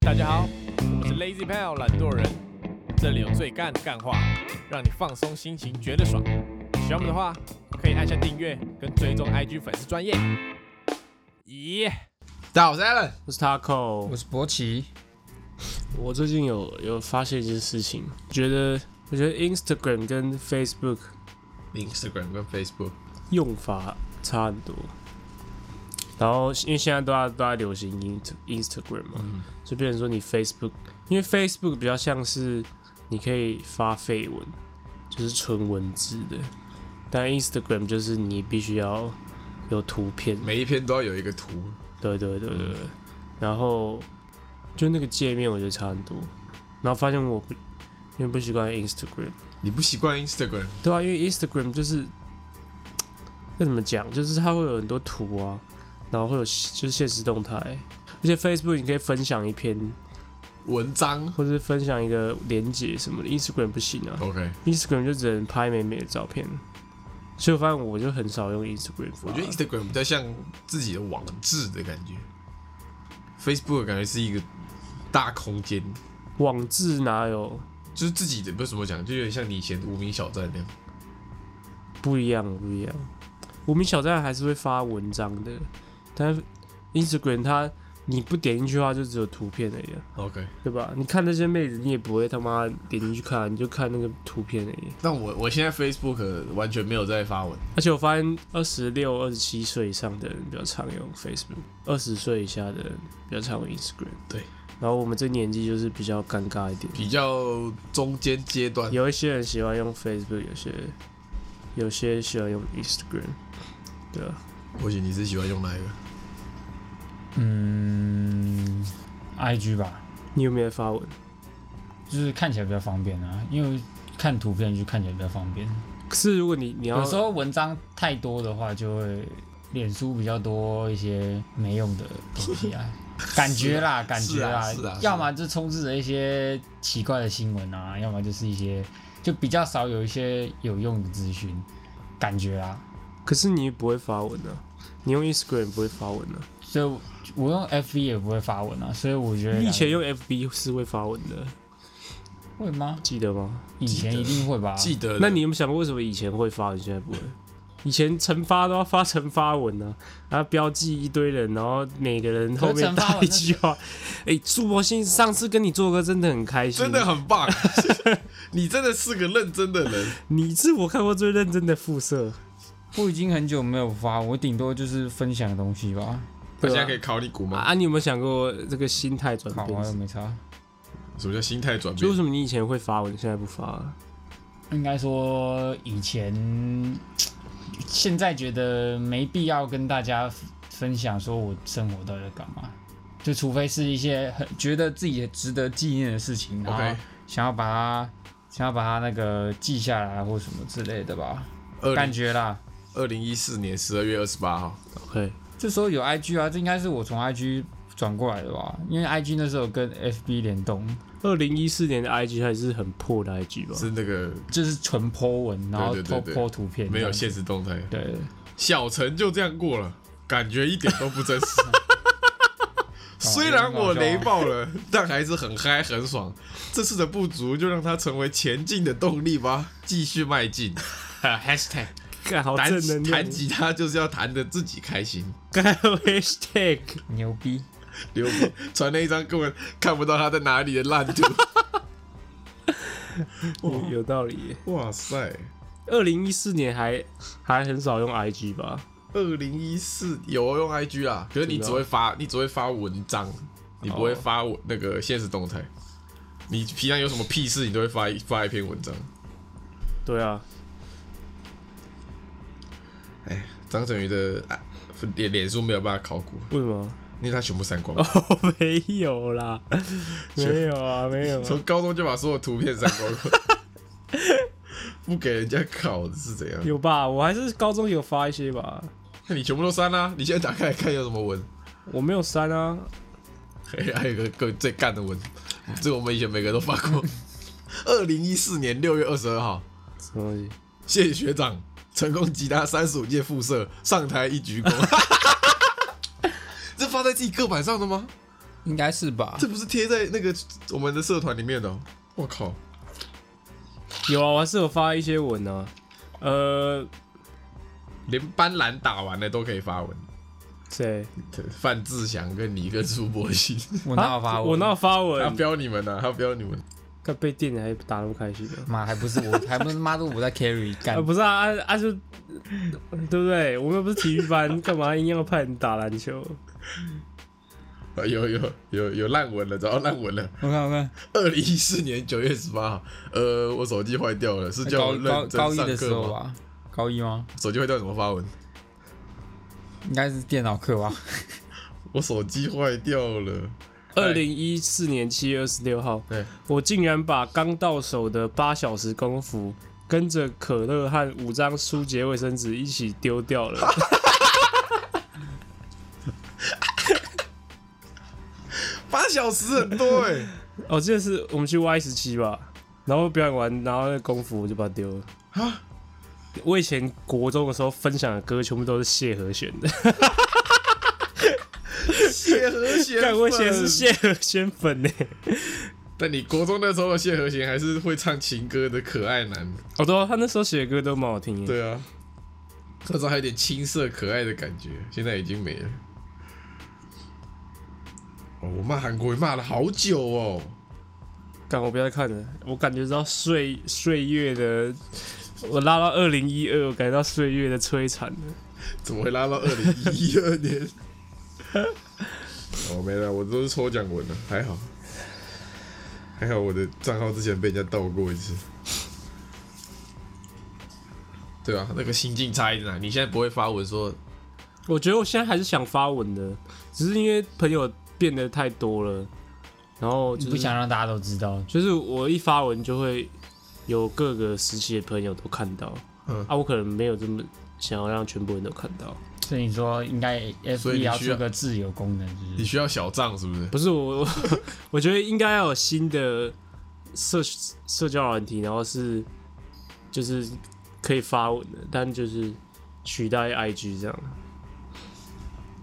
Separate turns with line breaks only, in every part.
大家好，我们是 Lazy Pal 懒惰人，这里有最干的干话，让你放松心情，觉得爽。喜欢我们的话，可以按下订阅跟追踪 IG 粉丝专业。咦、
大家好，我是 Alan。
我是 Taco，
我是博奇，
我最近有有发现一件事情，觉得我觉得 Instagram 跟 Facebook
Instagram 跟 Facebook，
用法差很多，然后因为现在都在都在流行 Inst Instagram 嘛，就变成说你 Facebook，因为 Facebook 比较像是你可以发绯闻，就是纯文字的，但 Instagram 就是你必须要有图片，
每一篇都要有一个图，
对对对对，对，然后就那个界面我觉得差很多，然后发现我不因为不习惯 Instagram，
你不习惯 Instagram，
对啊，因为 Instagram 就是要怎么讲，就是它会有很多图啊，然后会有就是现实动态，而且 Facebook 你可以分享一篇
文章
或者是分享一个连接什么的，Instagram 不行啊
，OK。
，Instagram 就只能拍美美的照片，所以我发现我就很少用 Instagram 发。
我觉得 Instagram 比较像自己的网志的感觉，Facebook 感觉是一个大空间，
网志哪有
就是自己的不是怎么讲，就有点像你以前无名小站那样。
不一样，不一样。无名小站还是会发文章的，但是 Instagram 它你不点进去的话，就只有图片而已啊，
OK，
对吧？你看那些妹子，你也不会他妈点进去看啊，你就看那个图片而已。
但我我现在 Facebook 完全没有在发文，
而且我发现二十六、二十七岁以上的人比较常用 Facebook，二十岁以下的人比较常用 Instagram。
对，
然后我们这年纪就是比较尴尬一点，
比较中间阶段。
有一些人喜欢用 Facebook，有些有些喜欢用 Instagram，对啊。
或许你是喜欢用哪一个？
嗯，IG 吧，
你有没有发文？
就是看起来比较方便啊，因为看图片就看起来比较方便。
可是如果你你要
有时候文章太多的话，就会脸书比较多一些没用的东 西啊，感觉啦，感觉啦，
是啊是啊
要么就充斥着一些奇怪的新闻啊，要么就是一些就比较少有一些有用的资讯，感觉啊，
可是你不会发文啊，你用 Instagram 不会发文啊。
所以我我用 FB 也不会发文啊，所以我觉得
你以前用 FB 是会发文的，
会吗？
记得吗？
以前一定会吧，
记得的
那你有没有想过为什么以前会发，你现在不会？以前晨发都要发晨发文呢、啊，然后标记一堆人，然后每个人后
可是
面
晨发文
搭一句话。哎、朱柏信上次跟你做歌真的很开心，
真的，很 棒，你真的是个认真的人。
你是我看过最认真的肤色。
我已经很久没有发，我顶多就是分享东西吧，
我
对
现
啊
在可以考你股吗？
啊，你有没有想过这个心态转
嗯好啊，又
变？
没差。
什么叫心态转
就
变
为？什么你以前会发文，现在不发啊、
应该说以前，现在觉得没必要跟大家分享说我生活到底在干嘛，就除非是一些很觉得自己值得纪念的事情，然
OK
啊
后想要把它想要把它那个记下来啊或什么之类的吧，
二
感
零
觉啦。
二零一四年十二月二十八号，
？OK，
这时候有 IG 啊，这应该是我从 IG 转过来的吧，因为 IG 那时候跟 FB 联动，
二零一四年的 IG 还是很破的 IG 吧？
是那个
就是纯 po 文，然后
对对
po
对对
po 图片，
没有
这
现
样
实动态，
对，
小陈就这样过了，感觉一点都不 真实。哦虽然我雷爆了， 但还是很嗨很爽。这次的不足就让它成为前进的动力吧，继续迈进。#hashtag 哦
干好
弹
正能量
弹，吉他就是要弹的自己开心。
干 hashtag，
牛逼。
刘斌传了一张根本看不到他在哪里的烂图，
有哦有道理耶。
哇塞！
二零一四年还还很少用 IG 吧？
二零一四有哦用 IG 啦，可是你
真的
只
哦
会发，你只会发文章，你不会
哦
发文那个现实动态。你平常有什么屁事，你都会发一发一篇文章。
对啊，
哎，张晨宇的哎脸脸书没有办法考古，
为什 么？
因为他全部删光了，
哦，没有啦， 没有啊，没有啊。
从高中就把所有图片删光了，不给人家考是怎样？
有吧？我还是高中有发一些吧，
那你全部都删啦、你现在打开来看有什么文？
我没有删啊。
嘿还有一个更最干的文，这个我们以前每个都发过。二零一四年六月二十二号，
什么东西？
谢谢学长，成功吉他三十五届副 社上台一鞠躬，这发在自己课板上的吗？
应该是吧
这？不是贴在那个我们的社团里面的、哦？我靠！
有啊，我还是有发一些文啊。呃，
连斑斓打完了都可以发文。
谁？
范志祥跟你跟朱柏 信，
我
啊
哪有发
啊我哪有发
他
文？
标你们呢、啊，他标你们。
干被电还打那么开心啊？
妈还不是 我，还不是妈都我在 carry 干
啊，。不是啊啊啊就， 对不对？我们又不是体育班，干嘛硬要派你打篮球？
啊有有有有烂文了，找到烂文了。
我看我看，
二零一四年九月十八号，呃，我手机坏掉了，是叫
高
我认
高
真
高一
上
的时
课
候
吗？
吧，高一吗？
手机坏掉怎么发文？
应该是电脑课吧？
我手机坏掉了，
二零一四年七月二十六号，
对，
我竟然把刚到手的八小时功夫，跟着可乐和五张舒洁卫生纸一起丢掉了。
八小时很多 哎、
哦，这是我们去 Y 十七吧，然后表演完，然后那个功夫我就把它丢了。
啊
我以前国中的时候分享的歌全部都是谢和弦的，
谢和弦，
但我以前是。谢和弦粉呢。
但你国中那时候的谢和弦还是会唱情歌的可爱男，
哦，对啊、他那时候写的歌都蛮好听的。
对啊，那时候还有点青涩可爱的感觉，现在已经没了。哦，我骂韩国语骂了好久哦，
干，我不要再看了，我感觉到岁岁月的，我拉到二零一二，我感觉到岁月的摧残了。
怎么会拉到二零一二年？ 哦，没了，我都是抽奖文了，还好，还好我的账号之前被人家盗过一次。对啊，那个心境差一点啊！你现在不会发文说
我觉得我现在还是想发文的，只是因为朋友变得太多了，然后就是
不想让大家都知道，
就是我一发文就会有各个时期的朋友都看到，
嗯
啊，我可能没有这么想要让全部人都看到，
所以你说应该 F
所以
B
你
要
需要
出个自由功能，是不
你
是？
需要小账是不是？
不是我， 我我觉得应该要有新的社社交软体，然后是就是可以发文的，但就是取代 IG 这样，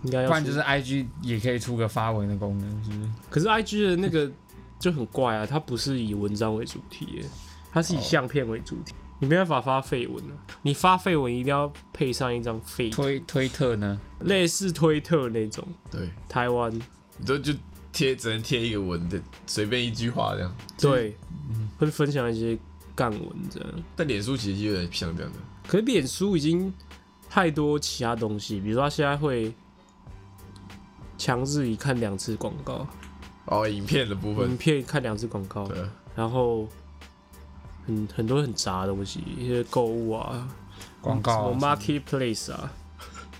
应该要
不然就是 I G 也可以出个发文的功能，是不是？
可是 IG 的那个就很怪啊，它不是以文章为主题耶，它是以相片为主题，你没办法发废文啊。你发废文一定要配上一张废，
推推特呢？
类似推特那种。
对，
台湾
你都就贴只能贴一个文的，随便一句话这样。
对，会分享一些干文这样。
但脸书其实有点像这样的，
可是脸书已经太多其他东西，比如说它现在会强制你看两次广告，
哦，影片的部
影
分，
片看两次广告，
对，
然后很很多很杂的东西，一些购物啊，
广
什
告
哦
么
啊
marketplace 啊，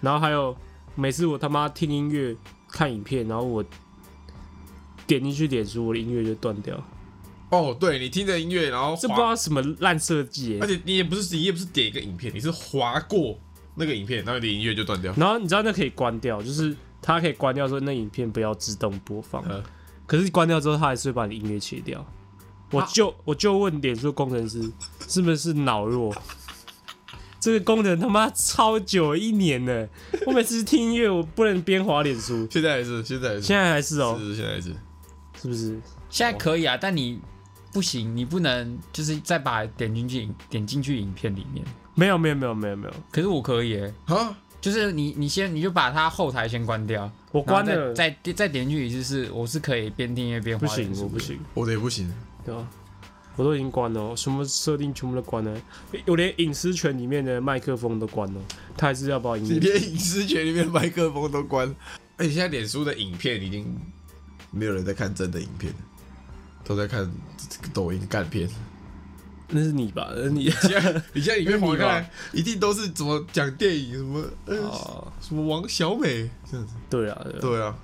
然后还有每次我他妈听音乐、看影片，然后我点进去脸书，我的音乐就断掉，
哦，对你听着音乐，然后
这
滑
不知道什么烂设计耶、
而且你也不是你也不是点一个影片，你是划过那个影片，然后你的音乐就断掉。
然后你知道那可以关掉，就是它可以关掉说那影片不要自动播放，
嗯
可是关掉之后，它还是会把你音乐切掉。我
啊
就、我就问脸书工程师是不是脑弱？这个功能他妈超久一年了，我每次听音乐我不能边滑脸书，
现在还是现在还是
现在还是哦、
是是现在还是
是不是？
现在可以啊，但你不行，你不能就是再把点进去点进去影片里面。
没有没有没有没有没有，
可是我可以耶，
啊，
就是你你先你就把它后台先关掉，
我关
然后
了，
再再再点进去一次是我是可以边听音乐边滑
不行
脸，书
我不行，
我的也不行，
对吧、我都已经关了哦，什么设定全部都关了，我连隐私权里面的麦克风都关了，他还是要把我
你
音乐。
连隐私权里面麦克风都关。而且现在脸书的影片已经没有人在看真的影片了，都在看抖音干片。
那是你吧？那是你
现在你现在里面
因为
划
你
开
吧
来，一定都是怎么讲电影什么呃
哦，
什么王小美这样子。
对啊，对啊
对啊，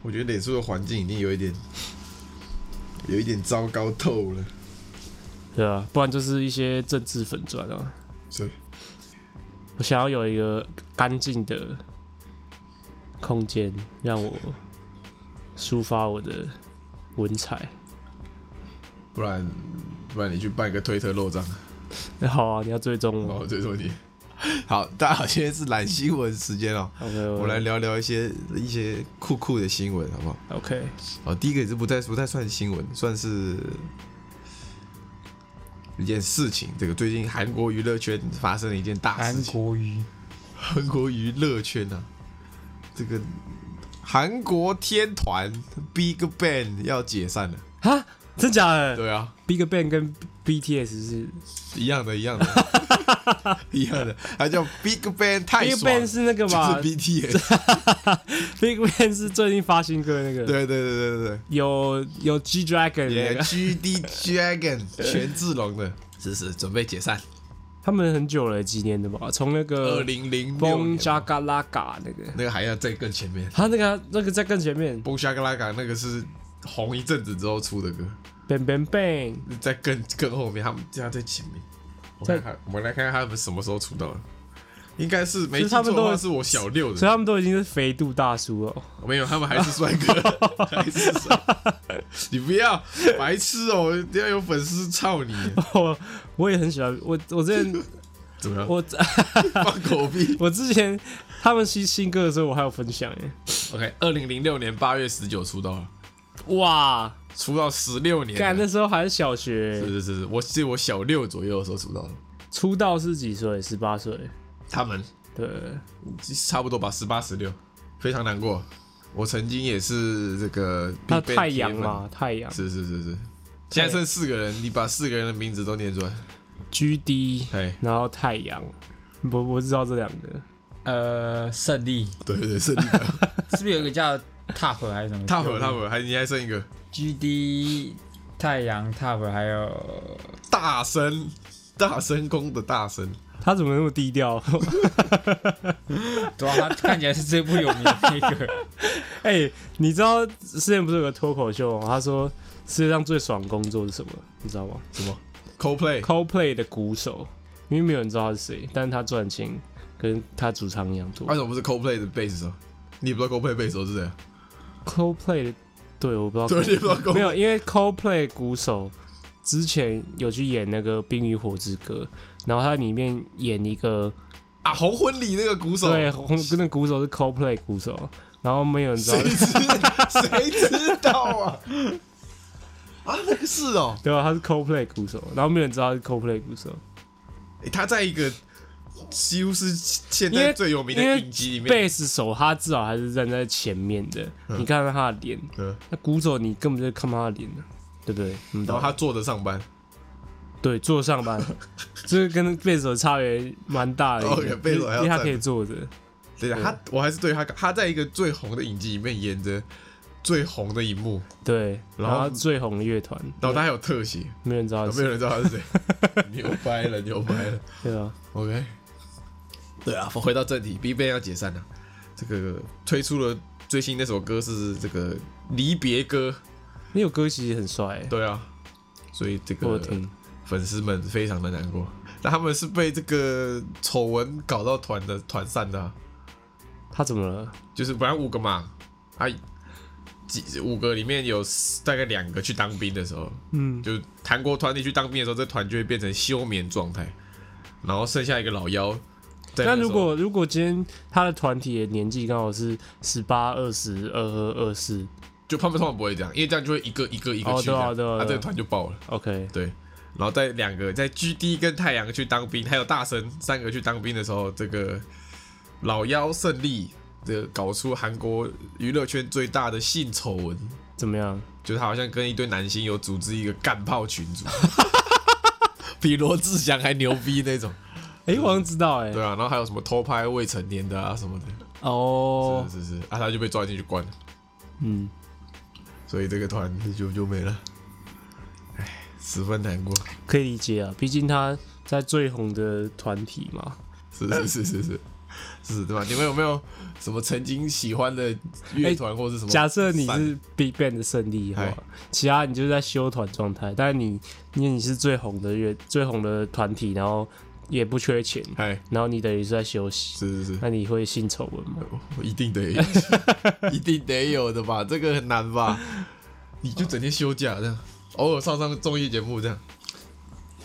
我觉得脸书的环境已经有一点，有一点糟糕透了。
对啊，不然就是一些政治粉砖啊。
所以
我想要有一个干净的空间，让我抒发我的文采。
不然不然你去办个推特漏账，
好啊，你要追踪
然
我，
后追踪你。好，大家好，现在是懒新闻时间哦，
OK，
我来聊聊一些一些酷酷的新闻，好不好？
OK，
哦，第一个也是不太不太算新闻，算是一件事情。这个最近韩国娱乐圈发生了一件大事
韩
情，
国瑜
韩国娱乐圈啊，这个韩国天团 Big Bang 要解散了。
哈，真假的
对啊，
？Big Bang 跟 BTS 是
一样的，一 样的，一样的，还叫 Big Bang 太
Big
爽
Bang 是那个嘛
就是 BTS，
？Big Bang 是最近发新歌的那个，
对对对对对 对。
有有 G Dragon 的那
也
个，
G D Dragon 权志龙的，是是准备解散，
他们很久了，几年的吧？从那个
二零零六
Bon
年
Jaga
吧
Laga 那个，
那个还要再更前面。
他那个那个在更前面
Bon s h a g a l a g a 那个是红一阵子之后出的歌，
，Bang Bang Bang，
在更更后面，他们家在前面。我看看，我们来看看他们什么时候出道的，应该是没
所
记
以他们
错的话
都
是我小六
所以
的，
他们都已经是肥度大叔了哦。
没有，他们还是帅 哥，还是帅。你不要白痴哦，不要有粉丝操你，
我我也很喜欢，我我之前
怎么样？
我。
放狗屁
我之前他们新新歌的时候，我还有分享欸耶。
OK，二零零六年八月十九出道了，
哇，
出道十六年了。
干那时候还是小学
是，是是是，我是我小六左右的时候出道的，
出道是几岁？十八岁。
他们
对，
差不多吧，十八十六，非常难过。我曾经也是这个 Big
他
Bang
太阳
铁粉
嘛，，太阳
是是是是。现在剩四个人，你把四个人的名字都念出来。
G D，
哎，
然后太阳，我我知道这两个。
呃胜利
对对对，剩一 个，
是不是有一个叫 Top 还是什么
他们他们还你还剩一个
GD 太阳 Top 还有
大声大声公的大声，
他怎么那么低调？
对啊，他看起来是最不有名的那个。
哎、你知道之前不是有个脱口秀吗？他说世界上最爽的工作是什么？你知道吗
什么 CoPlay
？CoPlay 的鼓手，因为没有人知道他是谁，但是他赚钱跟他主唱一样多
为。什么不是 CoPlay 的贝斯手？你也不知道 CoPlay 贝斯手是谁啊？
CoPlay 的，对，我不知道
对，你也不知道
哦没
CoPlay
有，因为 CoPlay 鼓手之前有去演那个《冰与火之歌》，然后他里面演一个
啊？红婚礼那个鼓手，
对红那鼓手是 CoPlay 鼓手，然后没有人知道
谁，知谁知道啊？啊，那个是哦，
对吧、他是 CoPlay 鼓手，然后没有人知道他是 CoPlay 鼓手，
欸他在一个几乎是现
因
在
为
最有名
因
的
为
影集里面，
贝斯手他至少还是站在前面的，你看到他的脸，
嗯
那鼓手你根本就看不到他的脸了，对不对？嗯
然后他坐着上班，
对坐 上班，这个跟贝斯手差别蛮大的，
哦
因为
贝斯手还
因
要
为他
站
可以坐着。
对的，他我还是对他，他在一个最红的影集里面演着最红的一幕，
对，
然
然
后
后最红的乐团，
然后他还有特写，
没人知道
有没
是谁，
有人知道他是谁？ 牛掰了，牛掰了
对啊，
，OK，对啊，回到正题，B Ban 要解散了，这个推出了最新那首歌是这个离别歌，
那首歌其实很帅欸，
对啊，所以这
我有
个
听，
粉丝们非常的难过。那他们是被这个丑闻搞到团的团散的啊、
他怎么了？
就是本来五个嘛，啊，几五个里面有四大概两个去当兵的时候，
嗯，
就韩国团体去当兵的时候，这团就会变成休眠状态，然后剩下一个老幺在
那
个时候
如果如果今天他的团体的年纪刚好是十八、二十、二二、二四
就他们通常不会这样，因为这样就会一个一个一个
哦
去这样，
对啊对啊
啊
对啊
这个团就爆了。
，OK，
对，然后在两个在 GD 跟太阳去当兵，还有大神三个去当兵的时候，这个老妖胜利这个搞出韩国娱乐圈最大的性丑闻，
怎么样？
就是他好像跟一堆男星有组织一个干炮群组， 比罗志祥还牛逼那种，
哎，我好像知道，哎
对，啊，然后还有什么偷拍未成年的啊什么的，
哦，
是是是，啊他就被抓进去关了，
嗯，
所以这个团就就没了，唉，十分难过，
可以理解啊，毕竟他在最红的团体嘛，
是是是是 是。是对吧？你们有没有什么曾经喜欢的乐团或是什么？
哎假设你是 Big Bang 的胜利的
嗨
话，其他你就是在休团状态，但是你因为你是最红的乐最红的团体，然后也不缺钱，
哎，
然后你等于是在休息，
是是是，
那你会性丑闻吗？
我一定 得，一定得有的吧？这个很难吧？你就整天休假这样，偶尔上上综艺节目这样，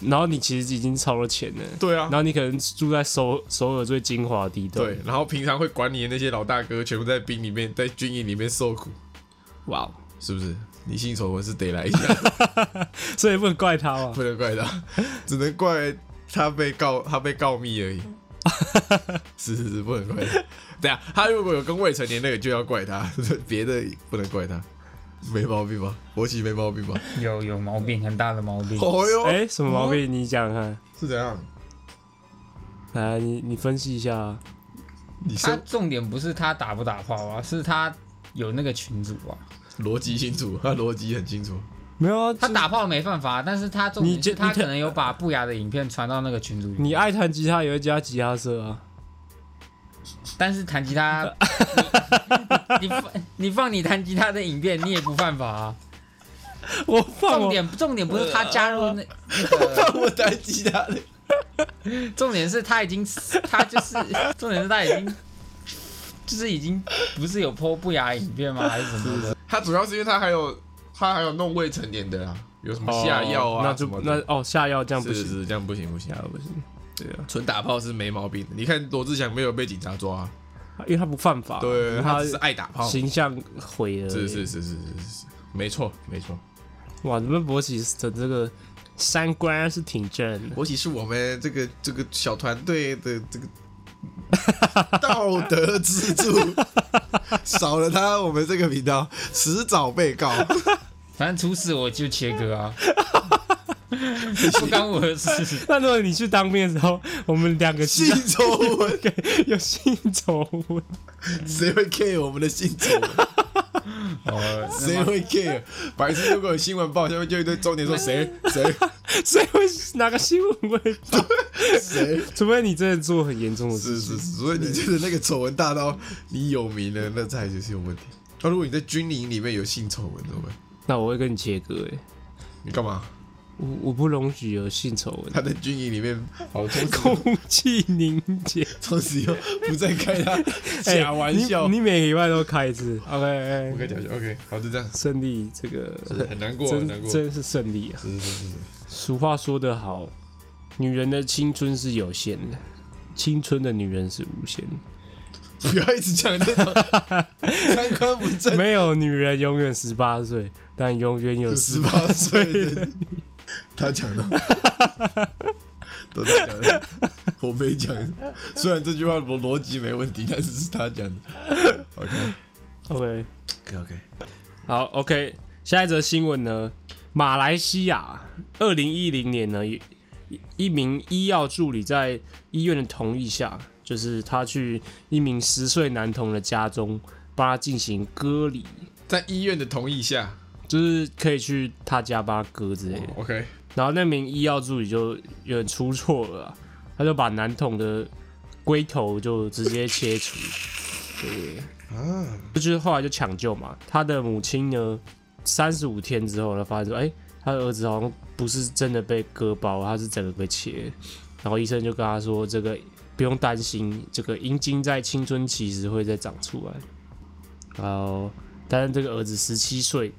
然后你其实已经超了钱了，
对啊
然，后你可能住在首首尔最精华的地段，
对，，然后平常会管你的那些老大哥，全部在兵里面，在军营里面受苦，
哇哦，
是不是？你性丑闻是得来一下，
所以不能怪他嘛
不。能怪他，只能怪他被告，他被告密 而已。是是是，不能怪他。对啊，他如果有跟未成年那个，就要怪他， 别的不能怪他，没毛病吧？博奇没毛病吧？
有有毛病，很大的毛病。
哦哟，
哎、什么毛病？你讲讲
是怎样？
看，来，你你分析一下啊。
你
他
是
重点不是他打不打炮啊，是他有那个群主啊。
逻辑清楚，他逻辑很清楚。
没有啊，
他
就
打炮没办法，啊但是他重点
你这
是他
你这
可能有把不雅的影片传到那个群组里面。
你爱弹吉他也会加吉他社啊。
但是弹吉 他，你你放你放你弹吉他的影片，你也不犯法啊。
我放
重
我
点重点不是他加入那那个，
我弹吉 他的，
重点是他已经他就是重点是他已经就是已经不是有播不雅影片吗？还是什么的？
他主要是因为他还有他还有弄未成年的啦，啊有什么下药啊、
那就
什么的
那哦下药这样不
是
行，
是这样不行不行
下，药不行，对啊，
纯打炮是没毛病的。你看罗志祥没有被警察抓啊，
因为他不犯法，因
对
为
他只是爱打炮，是
形象毁了，
是是是是是，没错没错。
哇，你们博喜的这个三观是挺正的，
博喜是我们这个这个小团队的 这个道德支柱，少了他，我们这个频道迟早被 告。
反正出事我就切割啊，不干我的事。
那如果你去当兵的时候，我们两个
性丑闻，
有性丑闻，
谁会 care 我们的性丑闻？
哦，
谁会 care？白痴，如果有新闻报，下面就一堆重点说谁谁
谁会哪个新闻会？
谁，
除非你真的做很严重的事
是是是，所以你就是那个丑闻大到你有名了，那才就是有问题。那、如果你在军营里面有性丑闻怎么办？
那我会跟你切割哎、欸
你干嘛？
我我不容许有性丑闻，
他在军营里面好从此
空气凝结。
从此以后不再开他 哎假玩笑。
欸你你每个礼拜都开一次，OK，
我
欸
跟你讲，OK，好，就这样，
胜利这个
很难过，很难
真
过。嗯
真是胜利啊！
是是是是，
俗话说得好，女人的青春是有限的，青春的女人是无限的。
不要一直讲这 种三观不正
没有女人永远十八岁，但永远有
十
十
八 岁的你，他讲的， 都他讲的，我没讲。虽然这句话逻逻辑没问题，但是是他讲的。OK
OK，
OK OK，
好 OK。下一则新闻呢？马来西亚二零一零年呢，一一名医药助理在医院的同意下，就是他去一名十岁男童的家中帮他进行割礼，
在医院的同意下
就是可以去他家帮他割之类的。
，OK，
然后那名医药助理就有点出错了啊，他就把男童的龟头就直接切除，对，就是后来就抢救嘛。他的母亲呢，三十五天之后呢，发现说，哎、他的儿子好像不是真的被割包，他是整个被切。然后医生就跟他说，这个不用担心，这个阴茎在青春期时会再长出来。然后，但是这个儿子十七岁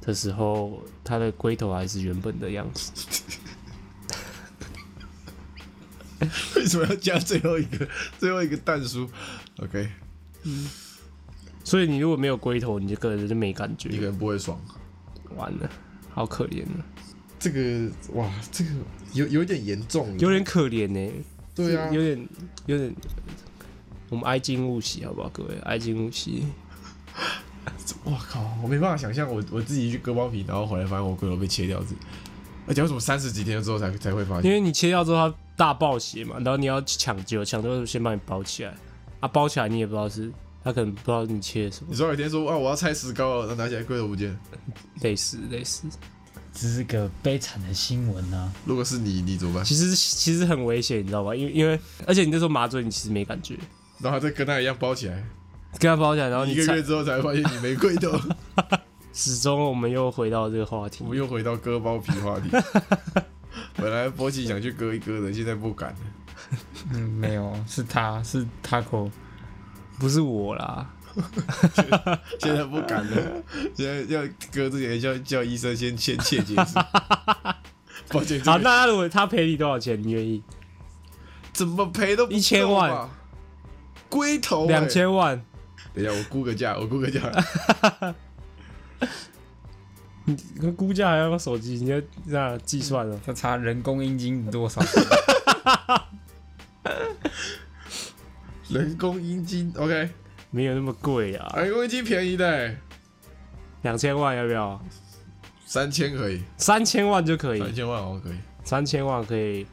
的时候，他的龟头还是原本的样子。
为什么要加最后一个最后一个蛋叔？OK，
所以你如果没有龟头，你这个人就没感
你可
觉，
能不会爽。
完了，好可怜啊，
这个哇，这个有有点严重了，
有点可怜呢、欸
对啊，
有点有点，我们哀矜勿喜，好不好，各位？哀矜勿喜，
我靠，我没办法想象我我自己去割包皮，然后回来发现我龟头被切掉，这而且为什么三十几天之后才才会发
因
现？
为你切掉之后它大爆血嘛，然后你要去抢救，抢救先把你包起来，啊，包起来你也不知道是，他可能不知道你切什么
你，说有一天说啊，我要拆石膏了，然后拿起来龟头不见了。
类似类似，
这是个悲惨的新闻啊！
如果是你，你怎么办？
其实其实很危险，你知道吗？因为因为而且你那时候麻醉，你其实没感觉，
然后再跟他一样包起来，
跟他包起来，然后
一
你
个
才
月之后才发现你没龟 头。
始终我们又回到这个话题
我，们又回到割包皮话题。本来波奇想去割一割的，现在不敢了。
嗯，没有，是他是 Taco，
不是我啦，
现在不 敢了，现在要割之前叫叫医生先先切结束，抱歉，这
好，
个
那如果他赔你多少钱，你愿意？
怎么赔都不
一千
够
万
吧，龟头欸
两。千万，
等一下，我估个价，我估个价，
你估价还要用手机，你要那计算了。
他查人工阴茎多少？
人工阴茎，OK，
没有那么贵啊，
人工阴茎便宜的欸，
两千万要不要？
三千可以，
三千万就可
三
以，
千万好像可以。
三千万可以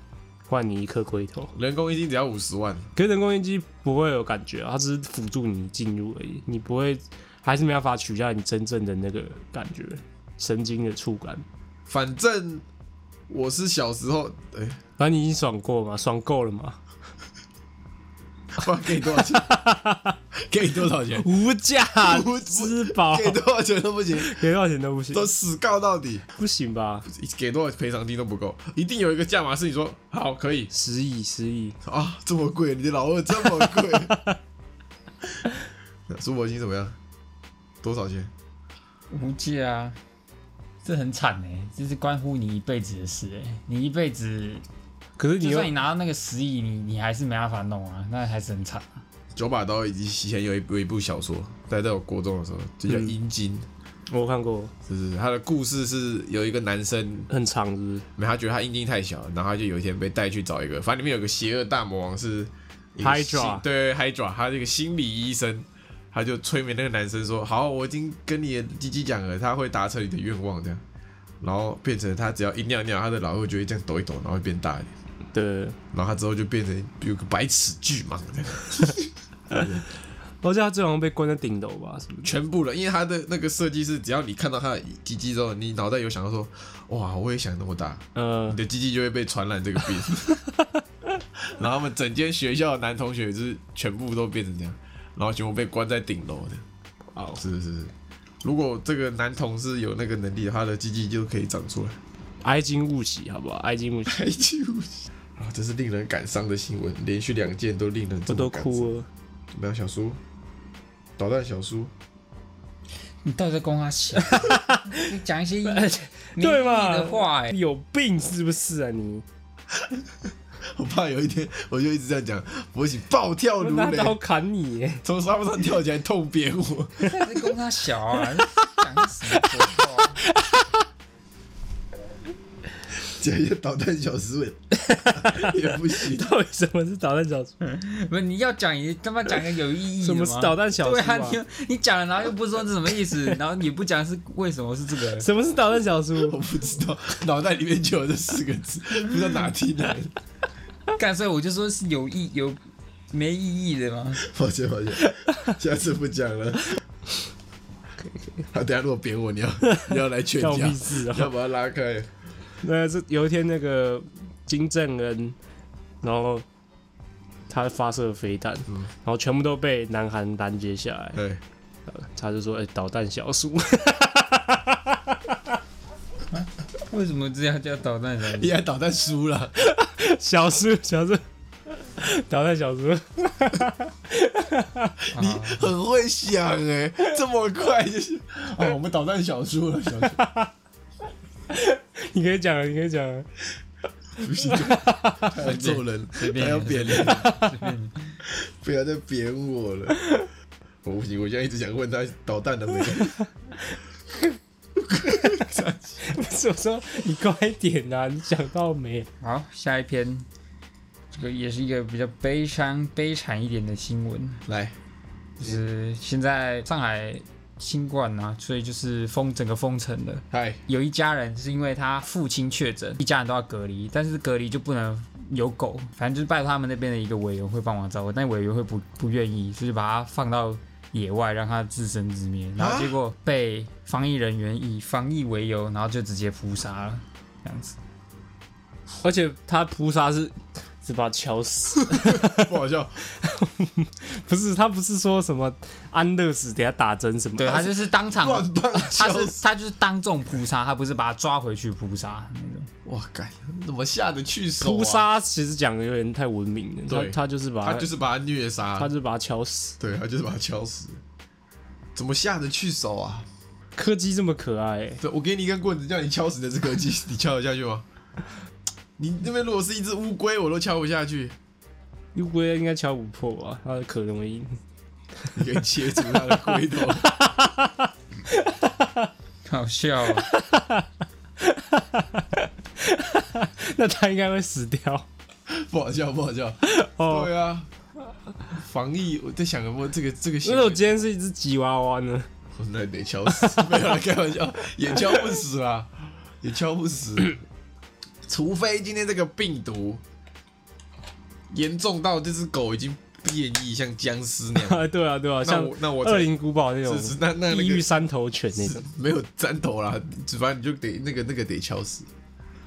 换你一颗龟头。
人工阴茎只要五十万，
可是人工阴茎不会有感觉啊，它只是辅助你进入而已，你不会，还是没办法取代你真正的那个感觉，神经的触感。
反正我是小时候， 哎、
反正你已经爽过嘛，爽够了嘛，
不然给你多少钱？ 给你多少 钱？
无价
无
之宝，
给多少钱都不行，
给多少钱都不行，
都死告到底，
不行吧？
给多少赔偿金都不够，一定有一个价码是你说好可以
十亿，十亿，
啊，这么贵，你的老二这么贵， 那苏铂金怎么样？多少钱？
无价啊，
这很惨哎、
欸
这是关乎你一辈子的事哎、你一辈子
可是你
就
又
算你拿到那个十亿，你你还是没办法弄啊，那还是很惨、啊。
九把刀以及以前有一有一部小说，在在我国中的时候，就叫《阴茎
我看过，》，
就是他的故事是有一个男生
很长是不是？
没有，他觉得他阴茎太小，然后他就有一天被带去找一个，反正里面有个邪恶大魔王是一个
Hydra
心对 Hydra，他是一个心理医生，他就催眠那个男生说：“好，我已经跟你的鸡鸡讲了，他会达成你的愿望。”这样，然后变成他只要一尿尿，他的老二就会这样抖一抖，然后会变大一点，
对，
然后他之后就变成有个百尺巨蟒这样，
而且他最好像被关在顶楼吧，什么的？
全部了。因为他的那个设计是，只要你看到他的鸡鸡之后，你脑袋有想到说：“哇，我也想那么大。”
呃
你，的鸡鸡就会被传染这个病。 然后他们整间学校的男同学就是全部都变成这样，然后全部被关在顶楼的。
好，
是是是，如果这个男同事有那个能力，他的鸡鸡就可以长出来。
哀今勿喜，好不好？哀今勿喜，
太纠结啊！这是令人感伤的新闻，连续两件都令人
我
这
都
么感伤。
哭了。啊
怎么样，小叔？捣蛋小叔，
你到底在公他小？啊 你讲一些没意义
对嘛
的话哎、
有病是不是啊 你？
我怕有一天我就一直这样讲，博喜暴跳
我
如
拿
雷，
刀砍你
欸
耶！
从沙发上跳起来痛扁我。
到底在公他小啊？你讲什么鬼话？
讲一个捣蛋小叔也 也不行。
到底什么是导弹小叔？
不是，你要讲也他妈讲个有意义的
什
吗
么是导弹小叔
对啊，
啊？
你你讲了，然后又不说是什么意思，然后也不讲是为什么是这 个，
什么是导弹小
我
叔？
不知道，脑袋里面就有这四个字，不知道哪听来的。
干所以我就说是有意有没意义的嘛。
抱歉，抱歉，下次不讲了。好，等一下如果扁我，你要你要来劝
叫
架
屁，事 啊！
要把他拉开。
那是有一天那个金正恩，然后他发射飞弹，然后全部都被南韩拦截下来，
对，
他就说：“哎、导弹小叔。”
为什么这样叫导弹小
你还捣蛋输了，
小叔，小叔， 导弹小叔，
你很会想哎、这么快就是 哦，我们捣蛋小叔了，小叔
你可以讲了，你可以讲了。
不行，还要揍人，还要扁人， 不要再扁我了。我不行，我现在一直想问他捣蛋了没有。
不是我说，你快点啊！你讲到没？
好，下一篇，这个也是一个比较悲伤、悲惨一点的新闻，
来，
就是现在上海新冠啊，所以就是封整个封城了。
嗨，
有一家人是因为他父亲确诊，一家人都要隔离，但是隔离就不能有狗，反正就是拜托他们那边的一个委员会帮忙照顾，但委员会不不愿意，所以就把他放到野外让他自生自灭，然后结果被防疫人员以防疫为由，然后就直接扑杀了，这样子。
而且他扑杀是是把他敲死，
不好笑。
不是他不是说什么安乐死，等下打针什么？
啊
对他就是当场，
乱棒
他
敲死！
是他就是当众扑杀，他不是把他抓回去扑杀那种。
哇，干，怎么下得去手、啊？
扑，杀，其实讲的有点太文明了。
对
他他就是把
他就是把他虐杀，
他就是把他敲死。
对他就是把他敲死，怎么下得去手啊？
柯基这么可爱、
对我给你一根棍子，叫你敲死那只柯基，你敲得下去吗？你那边如果是一只乌龟，我都敲不下去。
乌龟应该敲不破吧？它的壳容易硬。
你可以切除它的龟头。
好笑哦、
那它应该会死掉。
不好笑，不好笑。
哦
对啊，防疫，我在想有没有这个这个行
如
为。
果我今天是一只吉娃娃呢？
我那得敲死， 没有啦，开玩笑，也敲不死啦，也敲不 死，除非今天这个病毒严重到这只狗已经变异，像僵尸 那样。
啊，对啊，对啊，
那
像
我那我
恶灵古堡那种
是是那那
地
那
狱
个
三头犬那
是
种。
没有粘头啦，只反正你就得那个那个得敲死。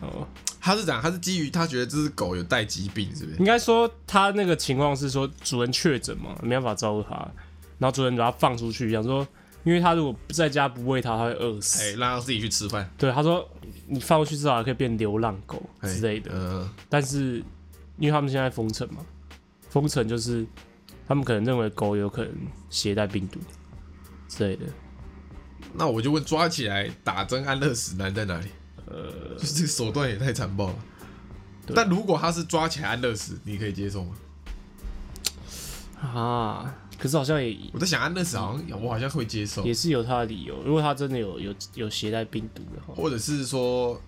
哦，
他是讲他是基于他觉得这只狗有带疾病，是不是
应？该说它那个情况是说主人确诊嘛，没办法照顾它，然后主人把它放出去，想说，因为它如果在家不喂它，它会饿死。
哎，让它自己去吃饭
对，他说你放过去至少还可以变流浪狗
哎
之类的，
嗯，
但是因为他们现在封城嘛，封城就是他们可能认为狗有可能携带病毒之类的，
那我就问，抓起来打针安乐死难在哪里？呃，就是这个手段也太残暴了。但如果他是抓起来安乐死，你可以接受吗？
啊。可是好像也
我在想安乐死好像我好像会接受
也，是有他的理由，如果他真的有有有携带病毒的话，
或者是说，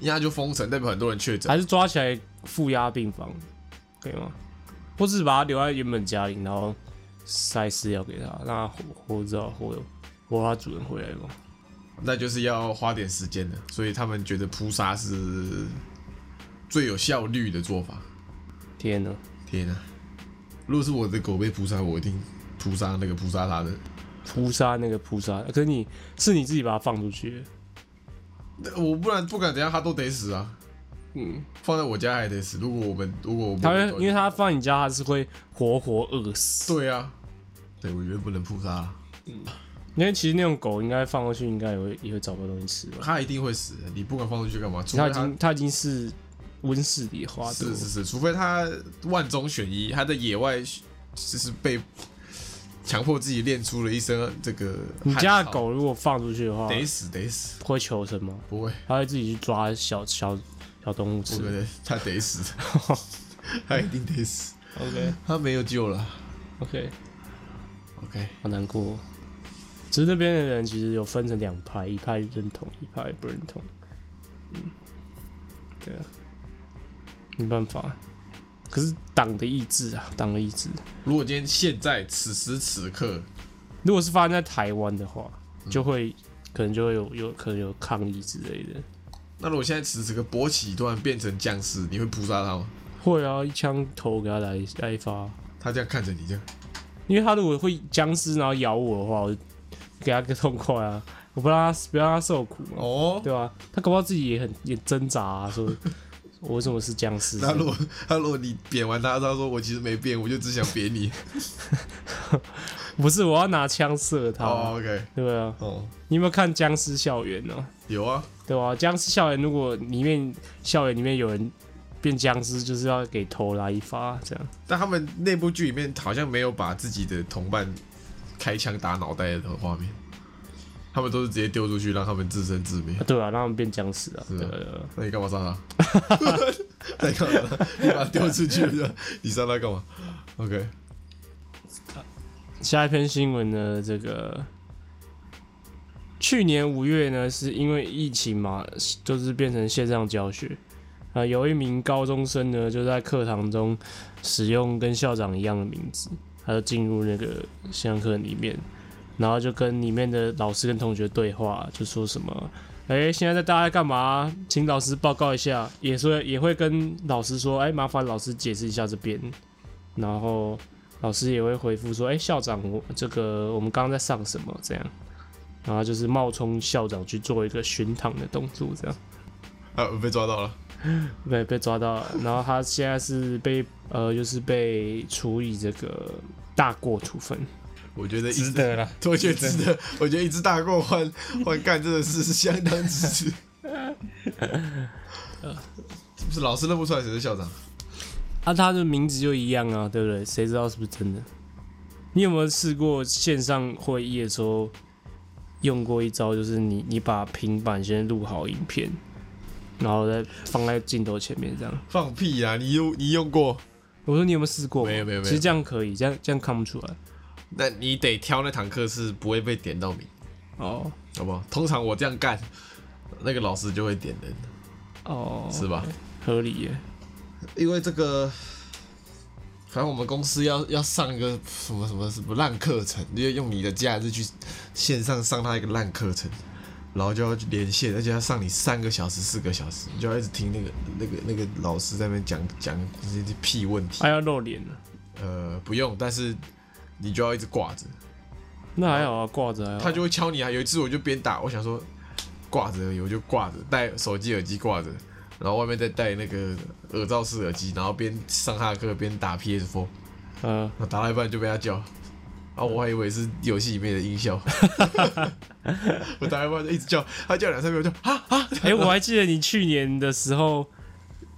因为他就封城，代表很多人确诊，
还是抓起来负压病房可以吗？或是把他留在原本家里，然后塞饲料给他，让他活活着活活到他主人回来嘛？
那就是要花点时间的。所以他们觉得扑杀是最有效率的做法。
天哪！
天啊！如果是我的狗被扑杀，我一定扑杀那个扑杀它的。
扑杀那个扑杀，可是你是你自己把它放出去的，
那我不然不管怎样，它都得死啊。
嗯，
放在我家还得死。如果我们如果我们
它会因为它放你家，它是会活活饿死。
对啊，对我觉得不能扑杀，
因为其实那种狗应该放过去，应该也会也会找不到东西吃吧？
它一定会死。你不管放出去干嘛，除
它
非
已
它
经它已经是温室里的花朵
是，是是，除非它万中选一，它在野外就是被强迫自己练出了一身这个
你家
汗
的
草
狗如果放出去的话，
得死得死，
会求生吗？
不会，
它会自己去抓小小小动物
不
吃
可。能，它得死， 它一定得死，
OK
它没有救了。
OK，
OK，
好难过哦。只是那边的人其实有分成两派，一派认同，一派不认同。嗯，对啊，没办法。可是党的意志啊，党的意志。
如果今天现在此时此刻，
如果是发生在台湾的话，就会、可能就会有有可能有抗议之类的。
那如果现在此时此刻勃起突然变成僵尸，你会扑杀它吗？
会啊，一枪头给他来来一发，
它这样看着你这样，
因为他如果会僵尸然后咬我的话，我就给他个痛快啊，我不让他不让他受苦嘛。
哦，
对啊，他搞不好自己也很也挣扎、啊，说我为什么是僵尸？
那如果他如果你扁完他，他说我其实没变，我就只想扁你。
不是我要拿枪射他、
哦，OK，
对啊，
哦，
你有没有看《僵尸校园》呢？
有啊，
对啊，《僵尸校园》如果里面校园里面有人变僵尸，就是要给头来一发这样。啊
但他们那部剧里面好像没有把自己的同伴开枪打脑袋的画面，他们都是直接丢出去让他们自生自灭
啊。对啊，让他们变僵尸啊。
是
对
啊
啊对啊，
那你干嘛杀他？ 那你干嘛杀他？你把他丢出去了，你杀他干嘛？OK，
下一篇新闻呢，这个去年五月呢，是因为疫情嘛，就是变成线上教学。啊、有一名高中生呢，就在课堂中使用跟校长一样的名字，他就进入那个线上课里面，然后就跟里面的老师跟同学对话，就说什么。哎，现在在大家干嘛？请老师报告一下，也说也会跟老师说，哎，麻烦老师解释一下这边。然后老师也会回复说：“哎、校长，我这个我们刚刚在上什么？”这样，然后就是冒充校长去做一个巡堂的动作，这样
啊，被抓到了。
被被抓到了。然后他现在是被呃，就是被处以这个大过处分。
我觉得一
值
只，
得了。
我觉得值得，我觉得一只大过换换干真的是是相当值。 呃是不是老师认不出来谁是校长？
啊，他的名字就一样啊，对不对？谁知道是不是真的？你有没有试过线上会议的时候用过一招，就是你你把平板先录好影片，然后再放在镜头前面这样。
放屁啊！你用你用过？
我说你有没有试过？
没有没有没有
其实这样可以，这样这样看不出来。
那你得挑那堂课是不会被点到名，
哦
好不好？通常我这样干，那个老师就会点人，
哦，
是吧？
合理耶。
因为这个，反正我们公司要要上一个什么什么什么烂课程，就用你的假日去线上上他一个烂课程，然后就要去连线，而且要上你三个小时、四个小时，你就要一直听那个那个那个老师在那边讲讲这些屁问题。
还要露脸呢？
呃，不用，但是你就要一直挂着，
那还好啊，挂着还好。
他就会敲你啊。有一次我就边打，我想说挂着而已，我就挂着，戴手机耳机挂着，然后外面再戴那个耳罩式耳机，然后边上他的课边打 PS4。
呃，
我打到一半就被他叫，啊，我还以为是游戏里面的音 效，我打到一半就一直叫，他叫两三遍，我就啊啊，
哎、我还记得你去年的时候，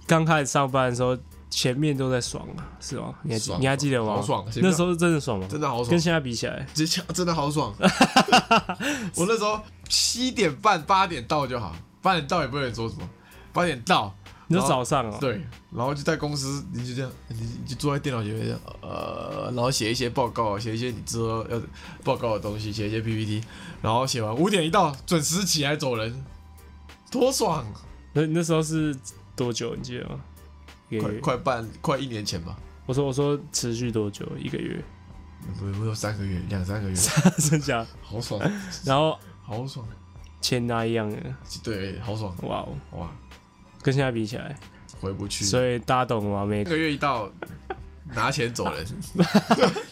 刚开始上班的时候，前面都在爽啊，是吗？你还记
爽
你还记得吗？
好爽啊
那时候是真的爽吗？
真的好爽
跟，现在比起来，
直接真的好 爽。我那时候七点半八点到就好，八点到也不会有人说什么，八点到，
你
然
说
后
早上哦、
对，然后就在公司，你就这样，你你就坐在电脑前面这样，呃，然后写一些报告，啊写一些你之后要报告的东西，写一些 PPT，然后写完五点一到，准时起来走人，多爽！啊
那那时候是多久？你记得吗？一个
快
月。
快半快一年前吧，
我说我说持续多久？一个月，
不不有三个月，两三个月，
剩下
好爽，
然后
好爽，
钱拿一样的，
对，好爽，
哇哦，
哇，
跟现在比起来，
回不去。
所以大家懂吗？每
三个月一到，拿钱走 人，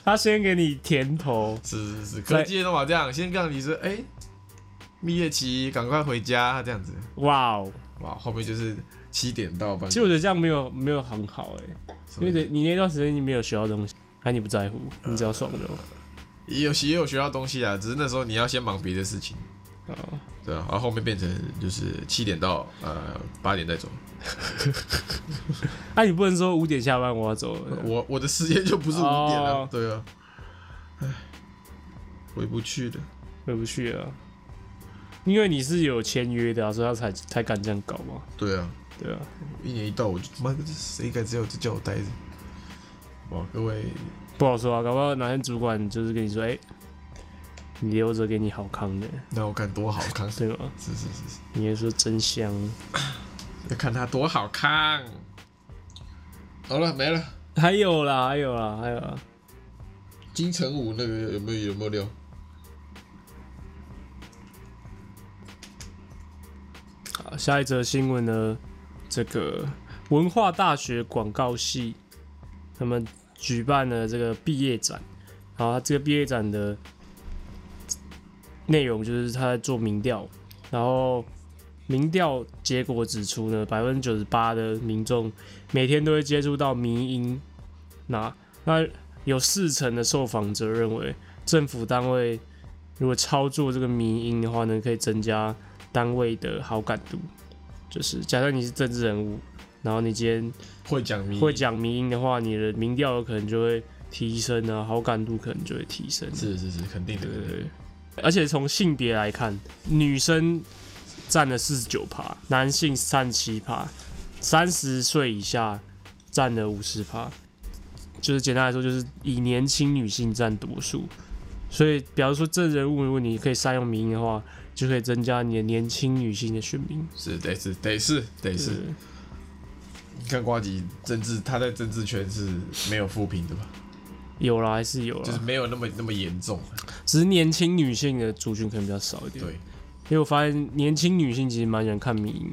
他先给你甜头，
是是是，科技业都嘛这样，先让你说，哎、蜜月期赶快回家这样子，
哇哦！
哇，后面就是七点到班，
其实我觉得这样没有没有很好哎、
什
因
么
为你那段时间你没有学到东西，还你不在乎，你只要爽就好。
也有也有学到东西啊，只是那时候你要先忙别的事情，
哦
对啊，然后后面变成就是七点到呃八点再走，
啊，你不能说五点下班我要走了，
我我的时间就不是五点了，
啊哦
对啊，唉，回不去了。
回不去了啊，因为你是有签约的啊，所以他才才敢这样搞嘛，
对啊，
对啊，
一年一到我就妈的，谁敢这样就叫我待着？哇，各位，
不好说啊，搞不好哪天主管就是跟你说，哎、你留着给你好康的，
那我看多好 看，是
对吗？
是是是，
你也说真香，
要看他多好看。好了，没了。
还有啦，还有啦，还有啦，
金城武那个有没有有没有料？
好，下一则新闻呢，这个文化大学广告系他们举办了这个毕业展，然后它这个毕业展的内容就是他在做民调，然后民调结果指出呢，百分之九十八的民众每天都会接触到迷音，那那有四成的受访者认为政府单位如果操作这个迷音的话呢，可以增加单位的好感度。就是假设你是政治人物，然后你今天
会讲迷
会讲民音的话，你的民调有可能就会提升啊，好感度可能就会提升。
是是是，肯定的。
对对对，而且从性别来看，女生占了四十九趴，男性占七趴，三十岁以下占了五十趴，就是简单来说，就是以年轻女性占多数。所以，比方说这人物，如果你可以善用民音的话，就可以增加你的年轻女性的选民。
是得是得是得是。
对
你看瓜吉政治，他在政治圈是没有负评的吧？
有啦，还是有啦，
就是没有那么那么严重。啊
只是年轻女性的族群可能比较少一点。
对，
因为我发现年轻女性其实蛮喜欢看民营，